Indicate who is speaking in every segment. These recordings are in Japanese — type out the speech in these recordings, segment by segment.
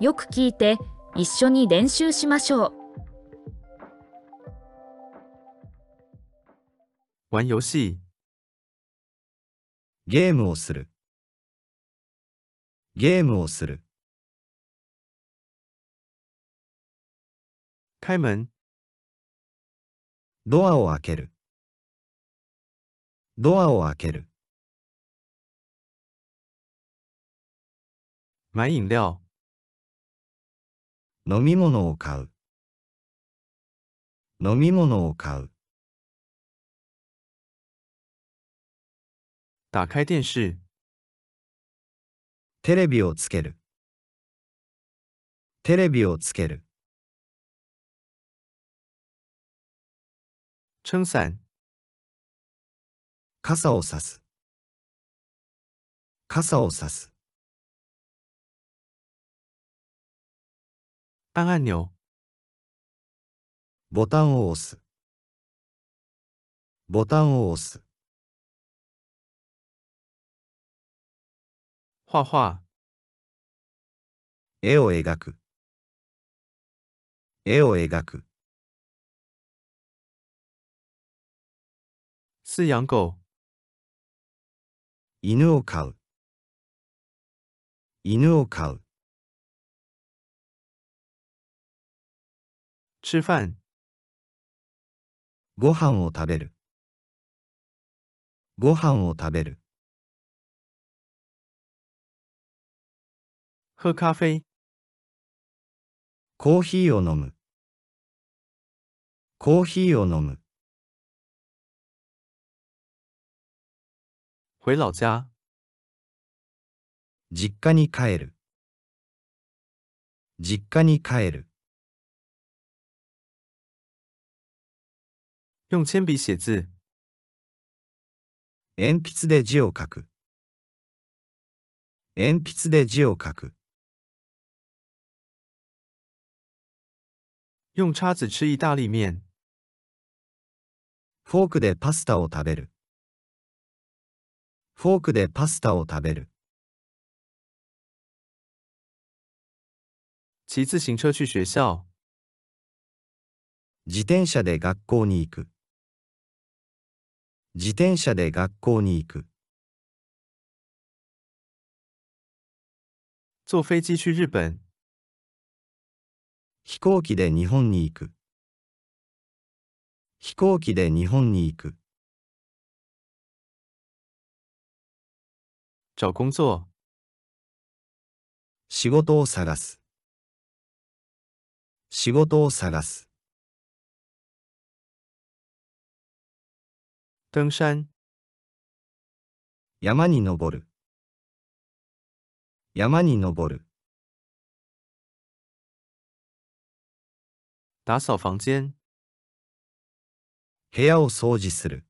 Speaker 1: よく聞いて一緒に練習しましょう
Speaker 2: 玩游戏、
Speaker 3: ゲームをする。ゲームをする。
Speaker 2: 开门、
Speaker 3: ドアを開ける。ドアを開ける。
Speaker 2: 买饮料、
Speaker 3: 飲み物を買う。飲み物を買う。
Speaker 2: 打开电视、
Speaker 3: テレビをつける。テレビをつける。
Speaker 2: 撑伞、
Speaker 3: 傘をさす。傘をさす。
Speaker 2: 按按钮、
Speaker 3: ボタンを押す。ボタンを押す。
Speaker 2: 画画、
Speaker 3: 絵を描く。絵を描く。
Speaker 2: 饲养狗、
Speaker 3: 犬を飼う。犬を飼う。
Speaker 2: 吃饭、
Speaker 3: ご飯を食べる。ご飯を食べる。
Speaker 2: 喝咖啡、
Speaker 3: コーヒーを飲む。コーヒーを飲む。
Speaker 2: 回老家、
Speaker 3: 実家に帰る。実家に帰る。
Speaker 2: 用铅笔写字、
Speaker 3: 鉛筆で字を書く。鉛筆で字を書く。
Speaker 2: 用叉子吃意大利面、
Speaker 3: フォークでパスタを食べる。フォークでパスタを食べる。
Speaker 2: 骑自行车去学校、
Speaker 3: 自転車で学校に行く。自転車で学校に行く。
Speaker 2: 坐飞机去日本、
Speaker 3: 飛行機で日本に行く。飛行機で日本に行く。
Speaker 2: 找工作、
Speaker 3: 仕事を探す。仕事を探す。
Speaker 2: 登山、
Speaker 3: 山に登る。山に登る。
Speaker 2: 打扫房间、
Speaker 3: 部屋を掃除する。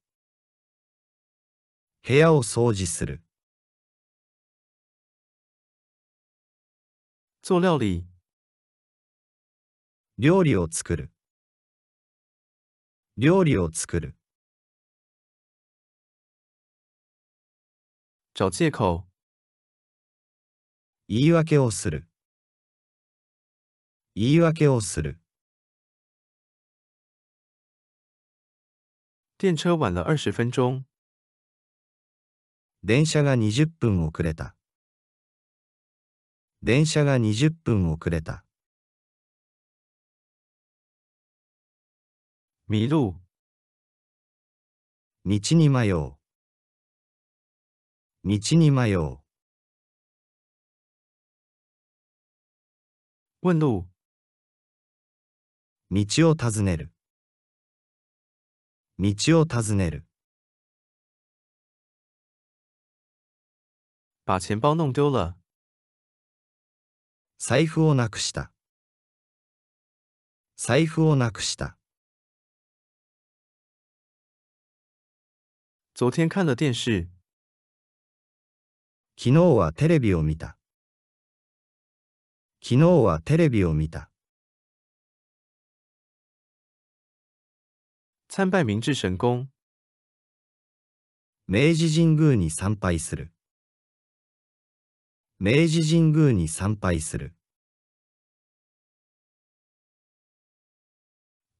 Speaker 3: 部屋を掃除する。
Speaker 2: 做料理、
Speaker 3: 料理を作る。料理を作る。
Speaker 2: 找借口、
Speaker 3: 言い訳をする。言い訳をする。
Speaker 2: 电车晚了二十分钟、
Speaker 3: 電車が20分遅れた。電車が20分遅れた。
Speaker 2: 迷路、
Speaker 3: 道に迷う。道に迷う。
Speaker 2: 问路、
Speaker 3: 道を尋ねる。道を尋ねる。
Speaker 2: 把钱包弄丢了、
Speaker 3: 財布をなくした。財布をなくした。
Speaker 2: 昨天看了电视、
Speaker 3: 昨日はテレビを見た。昨日はテレビを見た。
Speaker 2: 参拜明治神宫、
Speaker 3: 明治神宮に参拝する。明治神宮に参拝する。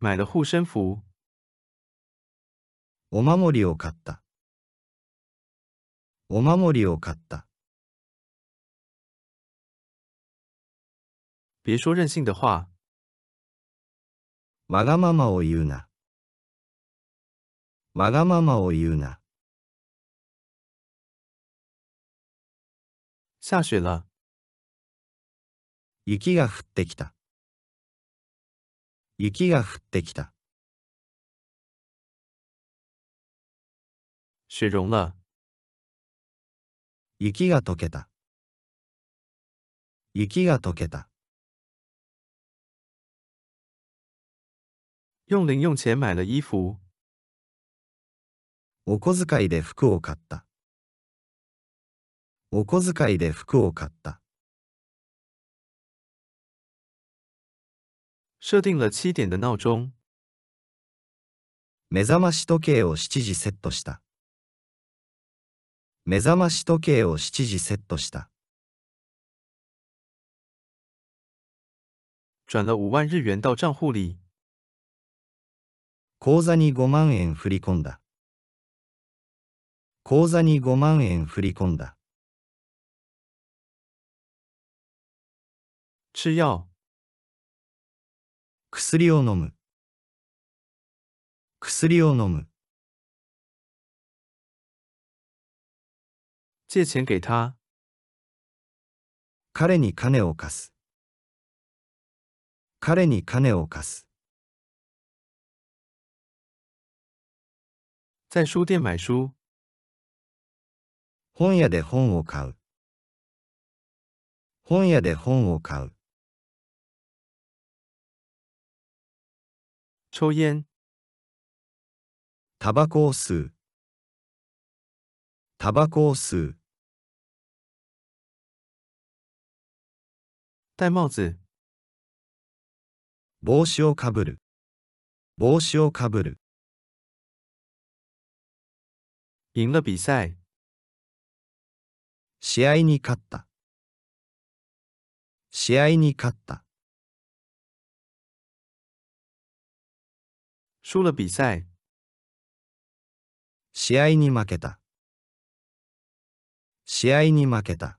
Speaker 2: 买了护身符，
Speaker 3: お守りを買った。お守りを買った。
Speaker 2: 别说任性的话，
Speaker 3: わがままを言うな。わがままを言うな。
Speaker 2: 下雪了，
Speaker 3: 雪が降ってきた。雪が降ってきた。
Speaker 2: 雪融了，
Speaker 3: 雪が溶けた。雪が溶けた。
Speaker 2: 用零用钱买了衣服，
Speaker 3: お小遣いで服を買った。お小遣いで服を買った。
Speaker 2: 设定了七点的闹钟，
Speaker 3: 目覚まし時計を7時セットした。目覚まし時計を7時セットした。
Speaker 2: 转了五万日元到账户里，
Speaker 3: 口座に5万円振り込んだ。口座に5万円振り込んだ。
Speaker 2: 吃药，
Speaker 3: 薬を飲む。薬を飲む。
Speaker 2: 借钱给他，
Speaker 3: 彼に金を貸す。彼に金を貸す。
Speaker 2: 在书店买书，
Speaker 3: 本屋で本を買う。本屋で本を買う。
Speaker 2: 抽烟，
Speaker 3: タバコを吸う。タバコを吸う。
Speaker 2: 戴帽子，
Speaker 3: 帽子をかぶる。帽子をかぶる。
Speaker 2: 赢了比赛，
Speaker 3: 試合に勝った。試合に勝った。
Speaker 2: 输了比赛，
Speaker 3: 試合に負けた。試合に負けた。